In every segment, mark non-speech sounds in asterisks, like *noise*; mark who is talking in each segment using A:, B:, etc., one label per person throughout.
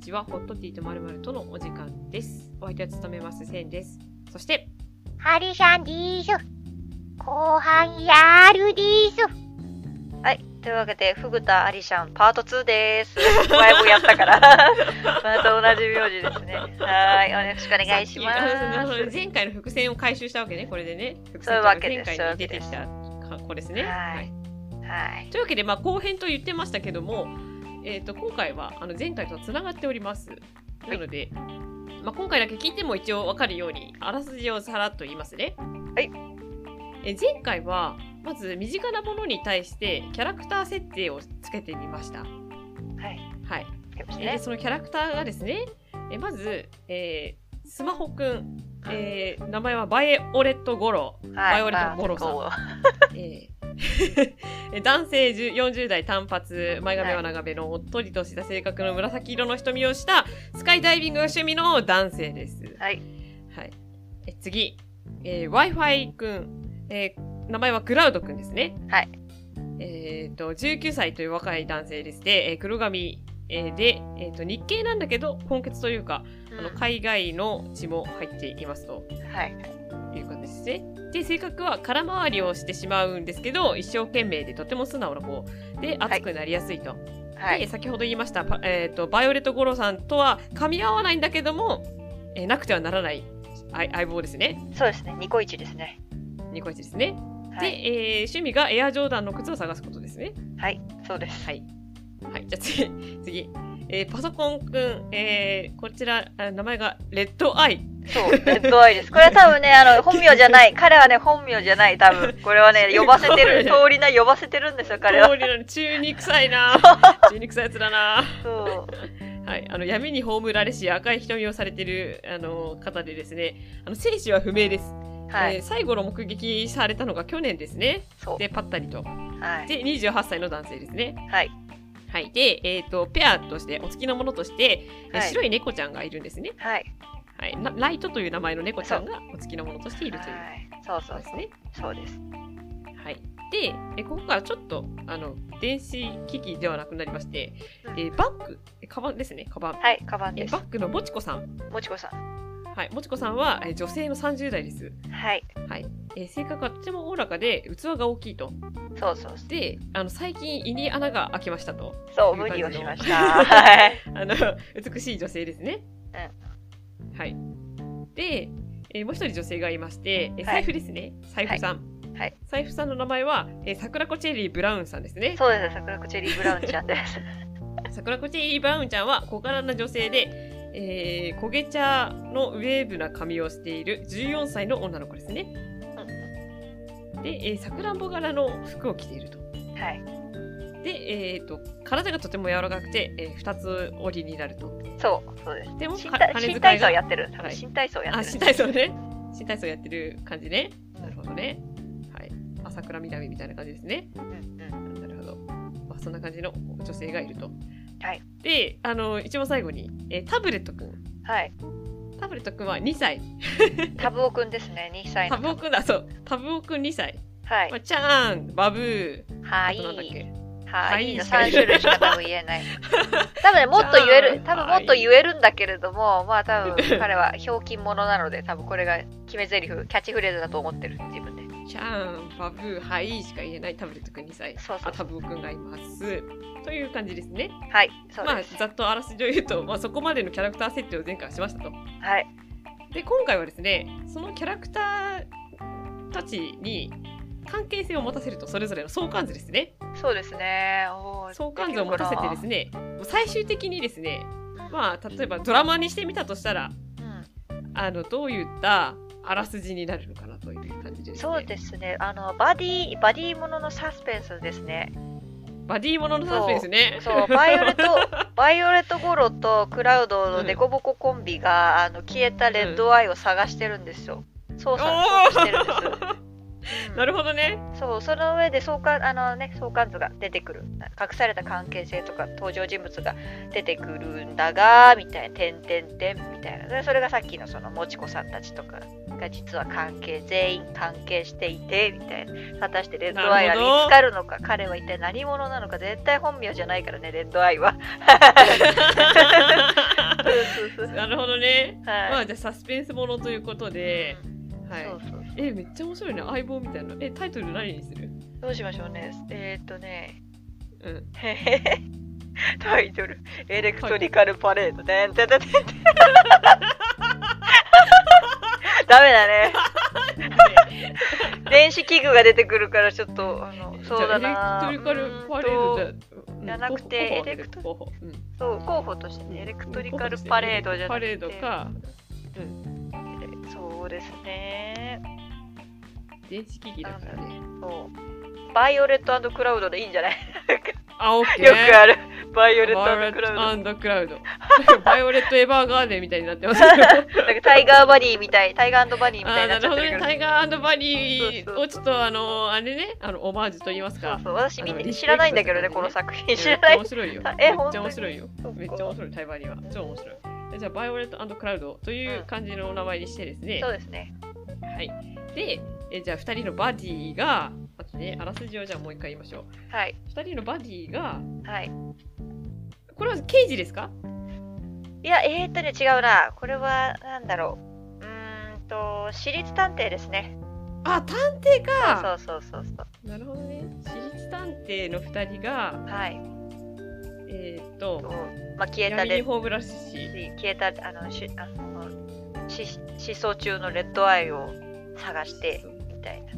A: ちはホットティーとまるまるとのお時間ですお相手を務めますセンですそして
B: ハリさんでぃす。後半やるでぃす。
C: はい。というわけで、フグタアリシャンパート2です。
A: *laughs*
C: 前もやったから。また同じ名字ですね。はーい。よろしくお願いしま
A: さっきあの
C: す。
A: 前回の伏線を回収したわけねこれでね伏
C: そうい
A: 線
C: うわけです
A: 前回に出てきたかこれですね
C: はい
A: はい
C: はい。
A: というわけで、まあ、後編と言ってましたけども、えー、と今回はあの前回とつながっておりますなので、まあ、今回だけ聞いても一応わかるようにあらすじをさらっと言いますね
C: はい
A: えー前回はまず身近なものに対してキャラクター設定をつけてみましたは
C: はい。
A: い
C: よろ
A: えー
C: しく
A: で
C: ね。
A: そのキャラクターがですね、えーまず、えースマホくん、えー名前はバイオレット・ゴロ、
C: は
A: バイオレットゴロさん
C: ん。
A: えー *laughs* えー男性10 40代単発前髪は長めのおっとりとした性格の紫色の瞳をしたスカイダイビングが趣味の男性です。
C: はい。
A: はい、えー次、えー、Wi-Fi くん、えー名前はクラウドくんですね。
C: はい
A: えー、と19歳という若い男性でして、えー黒髪、えーで、えー、と日系なんだけど根血というか、あの
C: うん
A: 海外の血も入っていますと。
C: はい。
A: いうことですね。で性格は空回りをしてしまうんですけど一生懸命でとても素直な方で
C: はい
A: 熱くなりやすいと。
C: は
A: で
C: い。
A: 先ほど言いました、パえー、とバイオレット・ゴロさんとは噛み合わないんだけども、えーなくてはならない相相棒ですね。
C: そうですね。ニコイチですね。
A: ニコイチですね。
C: は
A: で
C: い。、
A: えー趣味がエアジョーダンの靴を探すことですね。
C: はい。そうです。
A: はい。はい、じゃあ次、 *laughs* 次。えーパソコンくん、えーこちら、あ名前がレッドアイ。
C: そう。レッドアイです。これは多分ね、あの、本名じ
A: *laughs*
C: ゃない。彼はね、本名じゃない。多分。これはね、呼ばせてる。通りな呼ばせてるんですよ、彼は。
A: 通りなの中に臭い
C: *laughs*
A: な中に臭いやつだな
C: そう。
A: はい、あの闇に葬られし赤い瞳をされているあの方でですねあの生死は不明です、
C: は
A: えー
C: い。
A: 最後の目撃されたのが去年ですね
C: そう。
A: でパッタリと
C: はい。
A: で28歳の男性ですね
C: はい。
A: はいで、えー、とペアとしてお付きのものとして、えー
C: はい
A: 白い猫ちゃんがいるんですね、
C: はい。
A: はい、なライトという名前の猫ちゃんがお付きのものとしているという
C: はいそう
A: そ
C: そうう
A: ですね
C: そうです。
A: はい、でえここからちょっとあの電子機器ではなくなりまして、
C: うん
A: えーバッグえカバンですねカバン、
C: はい、カバン
A: え
C: です
A: バ。ッグのもちこさん
C: もちこさん。
A: はい、もちこさんはえー女性の30代です。
C: はい、
A: えー性格はとてもおおらかで器が大きいと。
C: そうそう
A: で、あの最近胃に穴が開きましたと。
C: そう、
A: とい
C: 無
A: う感じ
C: 理
A: の
C: をしました。はい。
A: あの美しい女性ですね。はい。で、えーもう一人女性がいまして、えー
C: は
A: 財
C: い
A: 布ですね。財布さん。
C: はい
A: 財布さんの名前は、えー、桜子チェリー・ブラウンさんですね。
C: そうです、桜子チェリーブラウンちゃんです。
A: 桜子チェリー・ブラウンちゃんは小柄な女性で、えー、焦げ茶のウェーブな髪をしている14歳の女の子ですね。で、えー、さくらんぼ柄の服を着ていると。
C: はい、
A: で、えー、と体がとても柔らかくて、えー、2つ折りになると。
C: そう、そうです。
A: でも
C: 新
A: か
C: 体
A: 金遣いが
C: 新体操やってる。多
A: は
C: 分
A: い
C: 新体操やって
A: あ
C: る。
A: 新体操ね新体操やってる感じね。なるほどね。はい、朝倉みなみみたいな感じですね。
C: うんうん
A: なるほど。まあ、そんな感じの女性がいると。
C: はい、
A: であの一番最後に、えータブレットくん。
C: はい、
A: タブレットくんは2歳。
C: タブオくんですね、2歳
A: タ
C: の。
A: ブオくんだそう。タブオくん2歳。
C: は
A: まあ、
C: い、
A: ちゃーん、バブー。
C: は
A: あとなんだっ
C: い、
A: け
C: は
A: はい
C: いの
A: しか言えない
C: 3種類しか多分言
A: *laughs*
C: えない。多分ね、もっと言え
A: じ
C: る、
A: ゃあ
C: 多分もっと言えるんだけれども、まあ多
A: *laughs*
C: 分彼はひょうきん者なので、多分これが決め台詞、キャッチフレーズだと思ってる、自分で。
A: ちゃーん、バブー、はいしか言えないタブレットくん2歳。
C: そうそ
A: あ
C: うそ
A: タ
C: う。
A: ブオくんがいます。という感じですね。
C: はい、そう
A: まあ
C: です。、
A: ざっとあらすじを言うと、まあ、そこまでのキャラクター設定を前回はしましたと。
C: はい、
A: で今回はですねそのキャラクターたちに関係性を持たせるとそれぞれの相関図ですね
C: そうですね。おー
A: 相関図を持たせてです。ね最終的にですね
C: まあ、
A: まあ例えばドラマにしてみたとしたら
C: う
A: あのどういったあらすじになるのかなという感じです、
C: ん、
A: ね、
C: そうですね。あのバディバディもののサスペンスですね。
A: バディもののサスペンスね
C: そう、バイ
A: *laughs*
C: オレットバイオレットゴロとクラウドのデコボココンビが、あの消えたレッドアイを探してるんですよ。操作操作してるんです。
A: *laughs*
C: うん
A: なるほどね
C: *laughs* そうその上で相関あの、ね、相関図が出てくる隠された関係性とか登場人物が出てくるんだがみたいな点点点みたいなでそれがさっきのそのもちこさんたちとかが実は関係全員関係していてみたいな果たしてレッドアイ
A: なる
C: は
A: ほど
C: 見つかるのか彼は一体何者なのか絶対本名じゃないからねレッドアイはそうそう。
A: なるほどね。ま
C: *laughs* は
A: あ
C: い。
A: じゃあサスペンスものということで、はい。
C: そうそうそう
A: えめっちゃ面白いね相棒みたいな。えタイトル何にする？
C: どうしましょうね。えー、っとね。
A: うん。
C: *laughs* へへへタイトル。エレクトリカルパレード。てんてんてんてんてんダメだね。電子器具が出てくるからちょっと、あの、そうだな。
A: じゃあエレクトリカルパレードじゃうん
C: じゃなくて
A: 候補
C: エレクト
A: 候補候補うん
C: そう候補としてねエレクトリカルパレードじゃな
A: パ
C: くて
A: レードか
C: そうですね
A: 電子機器だからね。
C: そうバイオレットクラウドでいいんじゃない
A: あオッケー。
C: よくあるバイオレ
A: バイオレ
C: ットクラウド
A: ットクラウド。バイオレットエヴァーガーデンみたいになってますけど。
C: なんかタイガーバニーみたいタイガーバニー *laughs* み
A: あ
C: たい
A: ー
C: にな
A: なるほ
C: っちゃって
A: ど
C: る
A: ね。
C: か
A: タイガーバニーをちょっとあのあれね、あのオマージュと言います
C: ら
A: か
C: そう。そう私見
A: あの
C: て知らないんだけどね
A: リ
C: こ
A: フレ
C: の
A: ク
C: 作
A: め
C: 品
A: っ
C: 知
A: ち
C: らな
A: ゃ面
C: い
A: 白いよ。
C: え
A: めっちゃ面白いよ
C: 本当。に
A: めっちゃ面白い、タイバニーは。超面白い。えじゃあ、バイオレットクラウドという感じのお名前にしてですね。
C: そうですね
A: はい。で、えじゃあ、2人のバディが、待ってね、あらすじをじゃあもう一回言いましょう。
C: はい
A: 2人のバディが、
C: はい
A: これは刑事ですか
C: いやえー、っとね違うなこれはなんだろううーんと私立探偵ですね
A: あ、探偵か
C: そうそうそうそう
A: なるほどね。私立探偵の2人が、
C: はい
A: えーっ
C: と
A: と、
C: まあ消えた
A: 闇
C: で
A: に葬らしし、
C: 消えたあのしあのし失踪中のレッドアイを探してみたいな、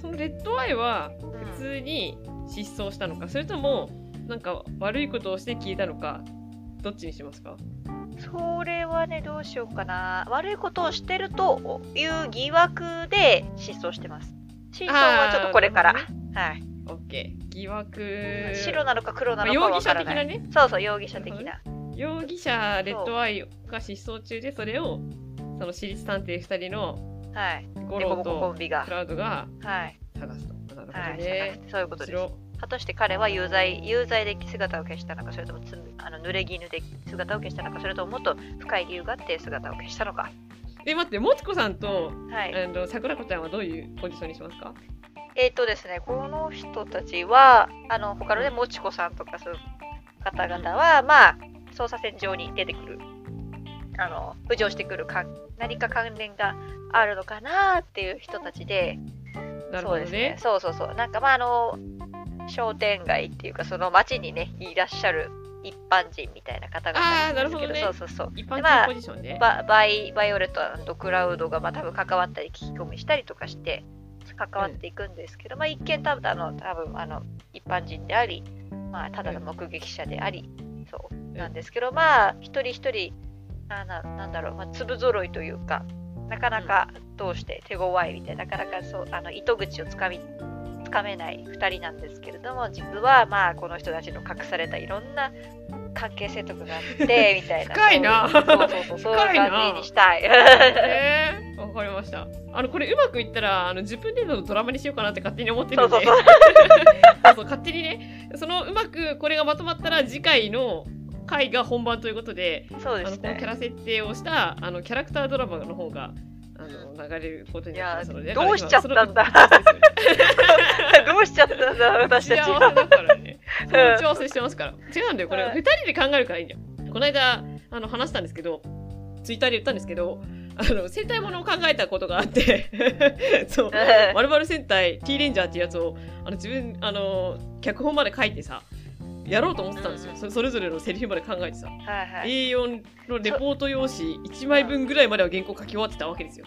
A: そのレッドアイは
C: うん
A: 普通に失踪したのか、それとも、なんか悪いことをして消えたのか、どっちにしますか
C: それはねどうしようかな悪いことをしてるという疑惑で失踪してます真相はちょっとこれから、
A: あーなる
C: はい
A: オッケー疑惑
C: 白なのか黒な
A: まあ
C: のかわ
A: 容疑者
C: から
A: 的
C: ない、
A: なね
C: そうそう容疑者的な
A: な容疑者レッドアイが失踪中でそれをその私立探偵2人の
C: はい
A: ゴ
C: デコ
A: ロ
C: ボココン
A: と
C: ビが
A: クラウドが
C: はい
A: 探すとなるほど
C: はい、
A: ね、
C: そういうこと
A: 面
C: です
A: 白
C: 果たして彼は有罪有罪で姿を消したのかそれともつあの濡れ衣で姿を消したのかそれとももっと深い理由があって姿を消したのか
A: え待ってもちこさんと
C: はい
A: あの桜子ちゃんはどういうポジションにしますか
C: えっ、とですね、この人たちは、あの他のね、もちこさんとかそういう方々は、まあ、捜査線上に出てくる、あの浮上してくるか何か関連があるのかなっていう人たちで、
A: なる
C: そ
A: ほ
C: う
A: ど
C: です
A: ね
C: そうそうそう、なんかまあ、あの商店街っていうか、その町にね、いらっしゃる一般人みたいな方々
A: あー
C: んで
A: な
C: すけ
A: るほどね
C: そうそうそう。
A: 一般
C: まあ
A: 人ポジションね、
C: ババイバイオレットクラウドがまあ多分関わったり聞き込みしたりとかして関わっていくんですけど、まあ一見多分あの多分あの一般人であり、まあ、ただの目撃者であり、そうなんですけど、まあ一人一人あななんだろう、まあ、粒揃いというかなかなかどうして手強いみたいななかなかそうあの糸口をつかみつかめない2人なんですけれども実はまあこの人たちの隠されたいろんな関係性とかがあってみた *laughs* いな
A: 深いな
C: そうそうそうそうそういう
A: 深いな
C: 感じにしたい
A: えー、わかりましたあのこれうまくいったらあの10分程度のドラマにしようかなって勝手に思ってるんで
C: そうそう
A: *laughs* そうそう勝手にねそのうまくこれがまとまったら次回の回が本番ということで
C: *laughs* そうで
A: あの
C: す
A: このキャ
C: ね
A: ラ設定をしたあのキャラクタードラマの方があの流れることになってますの
C: いや
A: で
C: どうしちゃったんだ
A: だから今その
C: *laughs* どうしちゃったんだろう私た
A: 幸
C: ち
A: せだから
C: *laughs*
A: ね
C: ん
A: その打ち合わせしてますから違うんだよこれ
C: はい
A: 2人で考えるからいいんだよこの間あの話したんですけどツイッターで言ったんですけどあの戦隊ものを考えたことがあって *laughs* そう
C: うん
A: 丸々戦隊 T レンジャーっていうやつをあの自分あの脚本まで書いてさやろうと思ってたんですよ、
C: うん
A: そそれぞれのセリフまで考えてさ
C: はいはい
A: A4 のレポート用紙1枚分ぐらいまでは原稿書き終わってたわけですよ。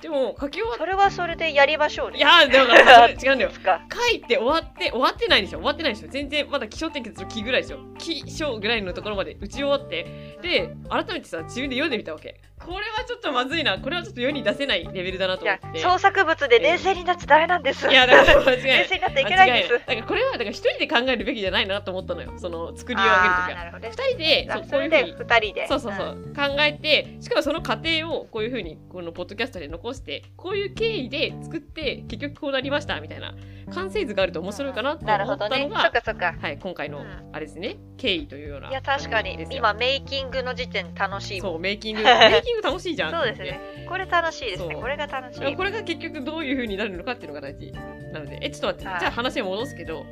A: でも書き終わっ
C: それはそれでやりましょうね
A: いやーだ
C: *laughs*
A: からそれ違うんだよ
C: い。つか
A: 書いて終わって終わってないでしょ終わってないでしょ全然まだ気象点結の気ぐらいでしょ気象ぐらいのところまで打ち終わってで改めてさ自分で読んでみたわけこれはちょっとまずいなこれはちょっと世に出せないレベルだなと
C: い
A: 思っ
C: や
A: て
C: 創作物で冷静になっちゃダメなんです
A: いやだから間
C: *laughs*
A: 違いない
C: 冷静になっちゃいけないんです
A: 間違だからこれはだから一人で考えるべきじゃないなと思ったのよその作りを上げると
C: あ
A: き
C: ーな
A: は
C: るほどね
A: 二人でそう
C: そ
A: こういう
C: れ
A: ふう
C: で
A: に
C: 2人で
A: そうそうそう、考えてしかもその過程をこういうふうにこのポッドキャストで残してこういう経緯で作って結局こうなりましたみたいな完成図があると面白いかなと思
C: なるほ
A: った
C: どね
A: の
C: そ
A: が、
C: っかそっか
A: はい、今回の
C: うん
A: あれですね経緯というようない
C: や確かに
A: ですよ
C: 今メイキングの時点で楽しいもん
A: そうメイキン
C: *laughs*
A: グメイキング楽しいじゃん
C: そうですねこれ楽しいですね
A: そう
C: これが楽し
A: いや
C: い
A: これが結局どういうふうになるのかっていうのが大事なのでえちょっと待って、
C: はい
A: じゃあ話に戻すけど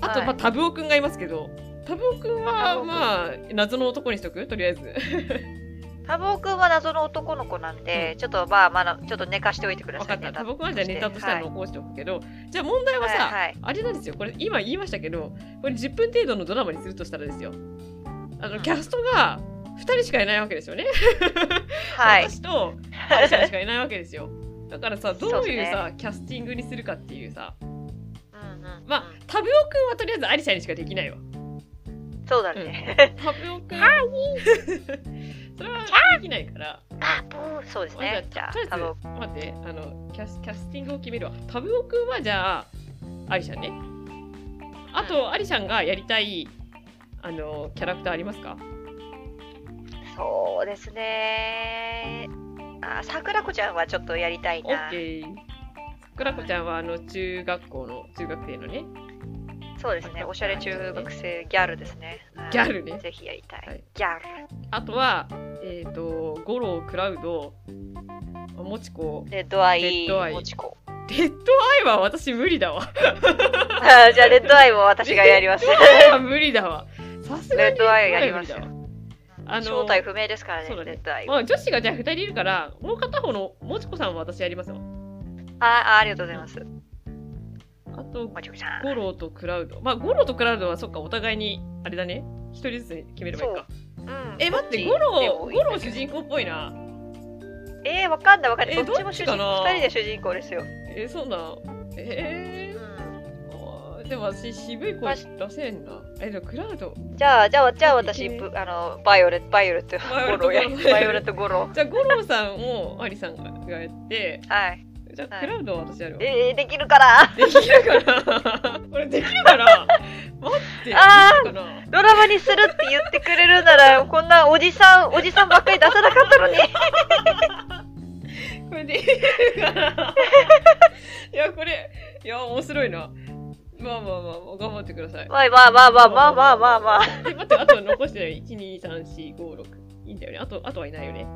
A: あと、
C: はい
A: まあ、タブオくんがいますけどタブオくん
C: タブ
A: は
C: オくん
A: まあ謎の男にしとくとりあえず
C: 多忙くんは謎の男の子なんで、ちょっとまあまだちょっと寝かしておいてくだ
A: 分
C: さ
A: か
C: い
A: っ
C: ね。
A: たタブオくんはじゃあネタとしては
C: はい
A: 残しておくけど、じゃあ問題はさ、
C: はいはい
A: あれなんですよこれ今言いましたけどこれ10分程度のドラマにするとしたらですよあ
C: う
A: の
C: ん
A: キャストが2人しかいないわけですよね、
C: はい。
A: 私とアルシャしかいないわけですよだからさどう
C: *laughs* そう
A: い
C: で
A: う
C: す
A: さキャスティングにするかっていうさ
C: うんうんうん
A: まあタブオくんはとりあえずアリシャにしかできないわ
C: そうだね。
A: タブオくん *laughs* それはできないから
B: バブー。
C: *laughs* そうです
A: まあ
C: ね。じ
A: じゃ
C: ゃ
A: あ
C: あ、
A: とりあ
C: 多
A: え
C: 忙
A: ず待ってあのキャスキャスティングを決めるわタブオくんはじゃあアリシャねあと、アリシャンがやりたいあのキャラクターありますか
C: そうですね。あ、桜子ちゃんはちょっとやりたい
A: オ
C: な
A: ッ。ケー桜子ちゃんはあの中学校の中学生のね
C: そうですね。おしゃれ中学生ギャルですね。うん
A: ギャルね
C: ぜひやりたい。
A: はい
C: ギャル。
A: あとはえっ、とゴロクラウドもちこ
C: レッドア
A: レ
C: イ
A: ッドアイ
C: もちこ。
A: レッドアイは私無理だわ
C: *laughs* あじゃあ、レッドアイも私がやります。
A: 無理だわさすがに
C: レッドアイやります
A: レッ
C: よ
A: ドアイは無理だわ。 *laughs* あの
C: 正体不明ですからね、
A: そうだね
C: レッドアイは
A: ま。あ、女子がじゃあ2人いるからもう片方のもちこさんは私やりますよ
C: あありがとうございます。
A: あと
C: もちこさん。
A: ゴロとクラウドまあゴロとクラウドはそっかお互いにあれだね一人ずつ決めればいいか
C: うん
A: え待って
C: ど
A: ゴ
C: っちで
A: ロ
C: もいい
A: ゴロ主人公っぽいな
C: えー、わかんないわかんない。
A: え
C: どっちも主
A: どっちか
C: 人公。
A: な
C: 二人で主人公ですよ。
A: えーそうなんえ
C: うん
A: ーあーでも私渋い声出せんなえでもクラウド
C: じゃあ、じゃあ、じゃあ私、
A: うん
C: ぶあの、バイオレット、バイオレット、
A: バイオレット
C: ゴロや
A: ゴロ
C: バイオレット、ゴロ。
A: じゃあゴロさんをアリさんがやって
C: はい。
A: じゃあ
C: はい
A: クラウドは私やるわで
C: えー、できるから。
A: きるか *laughs* なこれできるかな待ってできる
C: あ
A: かな
C: ドラマにするって言ってくれるなら、こんなおじさん、おじさんばっかり出さなかったのに。
A: これでいいかな *laughs* いやこれいや面白いなまあまあまあ頑張ってください
C: まあまあまあまあまあまあまあまあ。
A: え待ってあと残してない123456いいんだよねあとあとはいないよね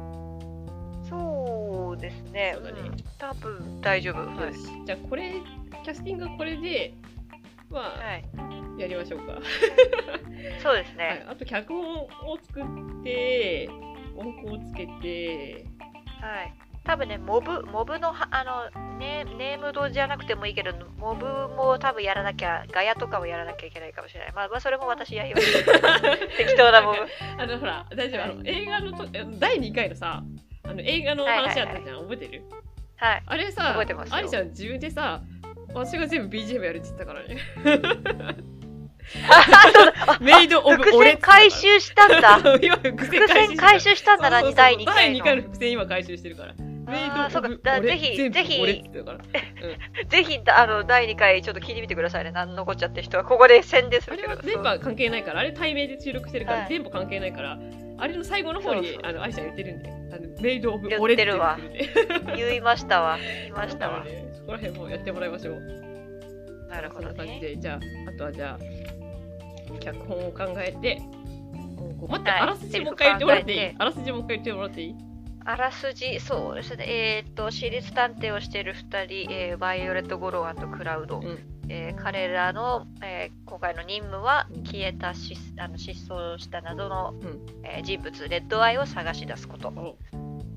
C: そうですね。
A: そうだね
C: うん多分大丈夫。はい
A: よ。しじゃあこれキャスティングはこれでまあ、
C: はい。
A: やりましょうか、は
C: そうですね
A: い。、あと脚本を作って音符をつけて
C: はい。多分ね、モブ、モブのは、あの、ネネームドじゃなくてもいいけど、モブも多分やらなきゃ、ガヤとかをやらなきゃいけないかもしれない。まあ、まあ、それも
A: *laughs*
C: 私やります。適当なモブ。
A: あのほら大丈夫、
C: はい
A: あの映画のとあの第2回のさあの映画の話あったじゃん、覚えてる
C: はい。
A: あれさ
C: 覚えてますよ
A: アリちゃん自分でさ私が全部 BGM やるって言ってたからね *laughs* メイド・オブ・
C: 伏
A: オレ
C: 線回収したんだ。
A: *laughs* 今伏線
C: 伏線回収したんだな、
A: そうそうそう
C: 第2回
A: 第
C: の。
A: 回の伏線今回収してるから。メイド
C: あーそうか
A: オブ
C: だ
A: 俺
C: ぜひ
A: 全部
C: ぜひ
A: 俺って言ってたから。
C: ぜひ、あの、第2回ちょっと聞いてみてくださいね。なん残っちゃって人は、ここで宣伝す
A: あれ
C: るけど
A: は。全部は関係ないから、あれ対面で収録してるか
C: は
A: ら、
C: い
A: 全部関係ないから、あれの最後の方
C: そう
A: に
C: そう
A: あの愛ちゃん言ってるんで、あのメイドオブ俺って言 *laughs* ってるんで。
C: 言いましたわ。言いまし
A: な
C: た
A: の
C: わ。
A: でそこら辺もやってもらいましょう。
C: なるほど
A: そんな感じ
C: ね。
A: で、じゃああとはじゃあ脚本を考えて。待って、
C: はい
A: あらすじもう一回言ってもらってい
C: セリ
A: い
C: フ考えて
A: あらすじもう一回言ってもらっていい
C: あらすじ、そうですね。えーっと、私立探偵をしている2人、えーバイオレット・ゴロアとクラウ
A: う
C: ド。
A: ん
C: えー彼らの、えー今回の任務は
A: うん
C: 消えた失あの失踪した謎の、
A: ん
C: えー人物、レッドアイを探し出すこと。
A: お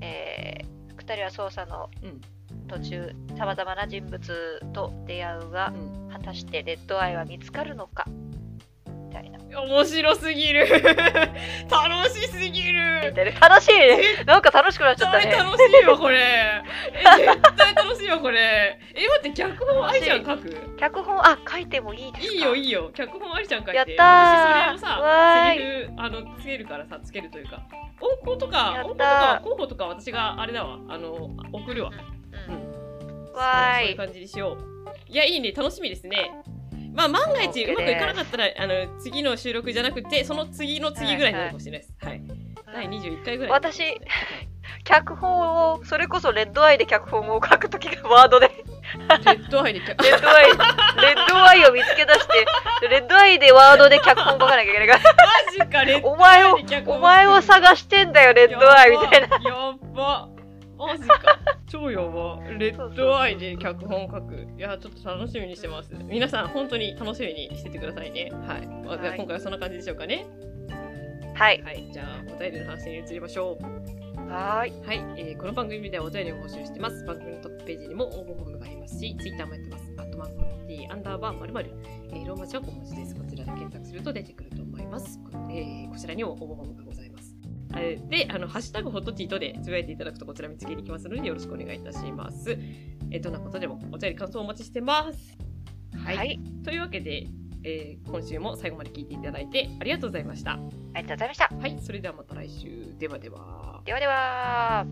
C: え2人は捜査の
A: うん
C: 途中、さまざまな人物と出会うが
A: う、ん
C: 果たしてレッドアイは見つかるのかみたいな。
A: 面白すぎる *laughs* 楽しすぎる
C: 楽しいねなんか楽しくなっちゃ
A: 絶対
C: ったね。
A: 楽しいわ
C: *laughs*
A: これえ絶対楽しいわこれえ待って脚本愛ちゃん書く
C: 脚本、あ、書いてもいいですか
A: いいよいいよ脚本愛ちゃん書いて
C: やったー
A: 私それを
C: わ
A: さ
C: ーい
A: セリフあのつけるからさつけるというか音符とか
C: や
A: 音符
C: っ
A: と
C: た
A: か
C: ー
A: 候補とか私があれだわあの送るわ
C: うん
A: そう
C: わ
A: そう
C: ー
A: いう
C: い。
A: 感じにしよういやいいね楽しみですねまあ万が一
C: OK
A: うまくいかなかったらあの次の収録じゃなくてその次の次ぐらいになるかもしれないですはい第21回ぐらい
C: 私脚本を、それこそレッドアイで脚本を書くときがワードで、
A: *laughs* レッ
C: *laughs*
A: ドアイで
C: レッドアイ、レッドアイを見つけ出して、レッドアイでワードで脚本書かなきゃいけないから、
A: マジかレッド
C: お前を
A: アイで脚本
C: お前を探してんだよ、レッドアイみたいな。
A: な。やっば。マジか。超やば。レッドアイで脚本書く。いや、ちょっと楽しみにしてます。皆さん、本当に楽しみにしててくださいね。はい。まあじゃあ
C: はい
A: 今回はそんな感じでしょうかね。
C: はい。
A: はい。じゃあ、お便りの話に移りましょう。
C: はーい。
A: はい、えーこの番組ではお便りを募集してます。番組のトップページにも応募フォームがありますし、ツイッターもやってます。アットマークホッティアンダーバーまるまる。えーローマ字は小文字です。こちらで検索すると出てくると思います。えーこちらにも応募フォームがございます。えーで、あの、ハッシュタグホットティーとでつぶやいていただくとこちら見つけに行きますのでよろしくお願いいたします。えーどんなことでもお便り感想をお待ちしてます。は。
C: はいい。あり
A: というわけで、えー今週も最後まで聞いていただいてありがとうございました。
C: がとうございました。
A: はい、それではまた来週。ではでは。
C: ではでは。